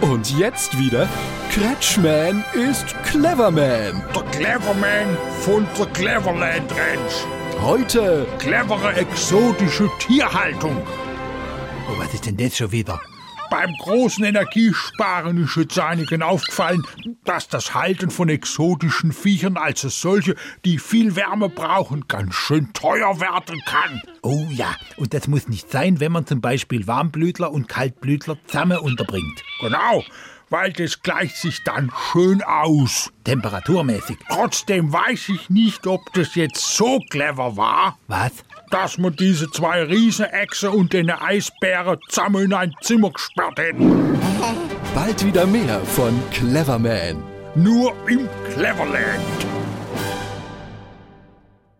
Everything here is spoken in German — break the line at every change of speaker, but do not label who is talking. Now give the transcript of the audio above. Und jetzt wieder, Kretschman ist Cleverman.
Der Cleverman von der Cleverland Ranch.
Heute
Clevere exotische Tierhaltung.
Oh, was ist denn das schon wieder?
Beim großen Energiesparen ist jetzt einigen aufgefallen, dass das Halten von exotischen Viechern, also solche, die viel Wärme brauchen, ganz schön teuer werden kann.
Oh ja, und das muss nicht sein, wenn man zum Beispiel Warmblütler und Kaltblütler zusammen unterbringt.
Genau, weil das gleicht sich dann schön aus.
Temperaturmäßig.
Trotzdem weiß ich nicht, ob das jetzt so clever war,
Was?
dass man diese zwei Riesenechse und den Eisbären zusammen in ein Zimmer gesperrt hätten.
bald wieder mehr von Cleverman.
Nur im Cleverland.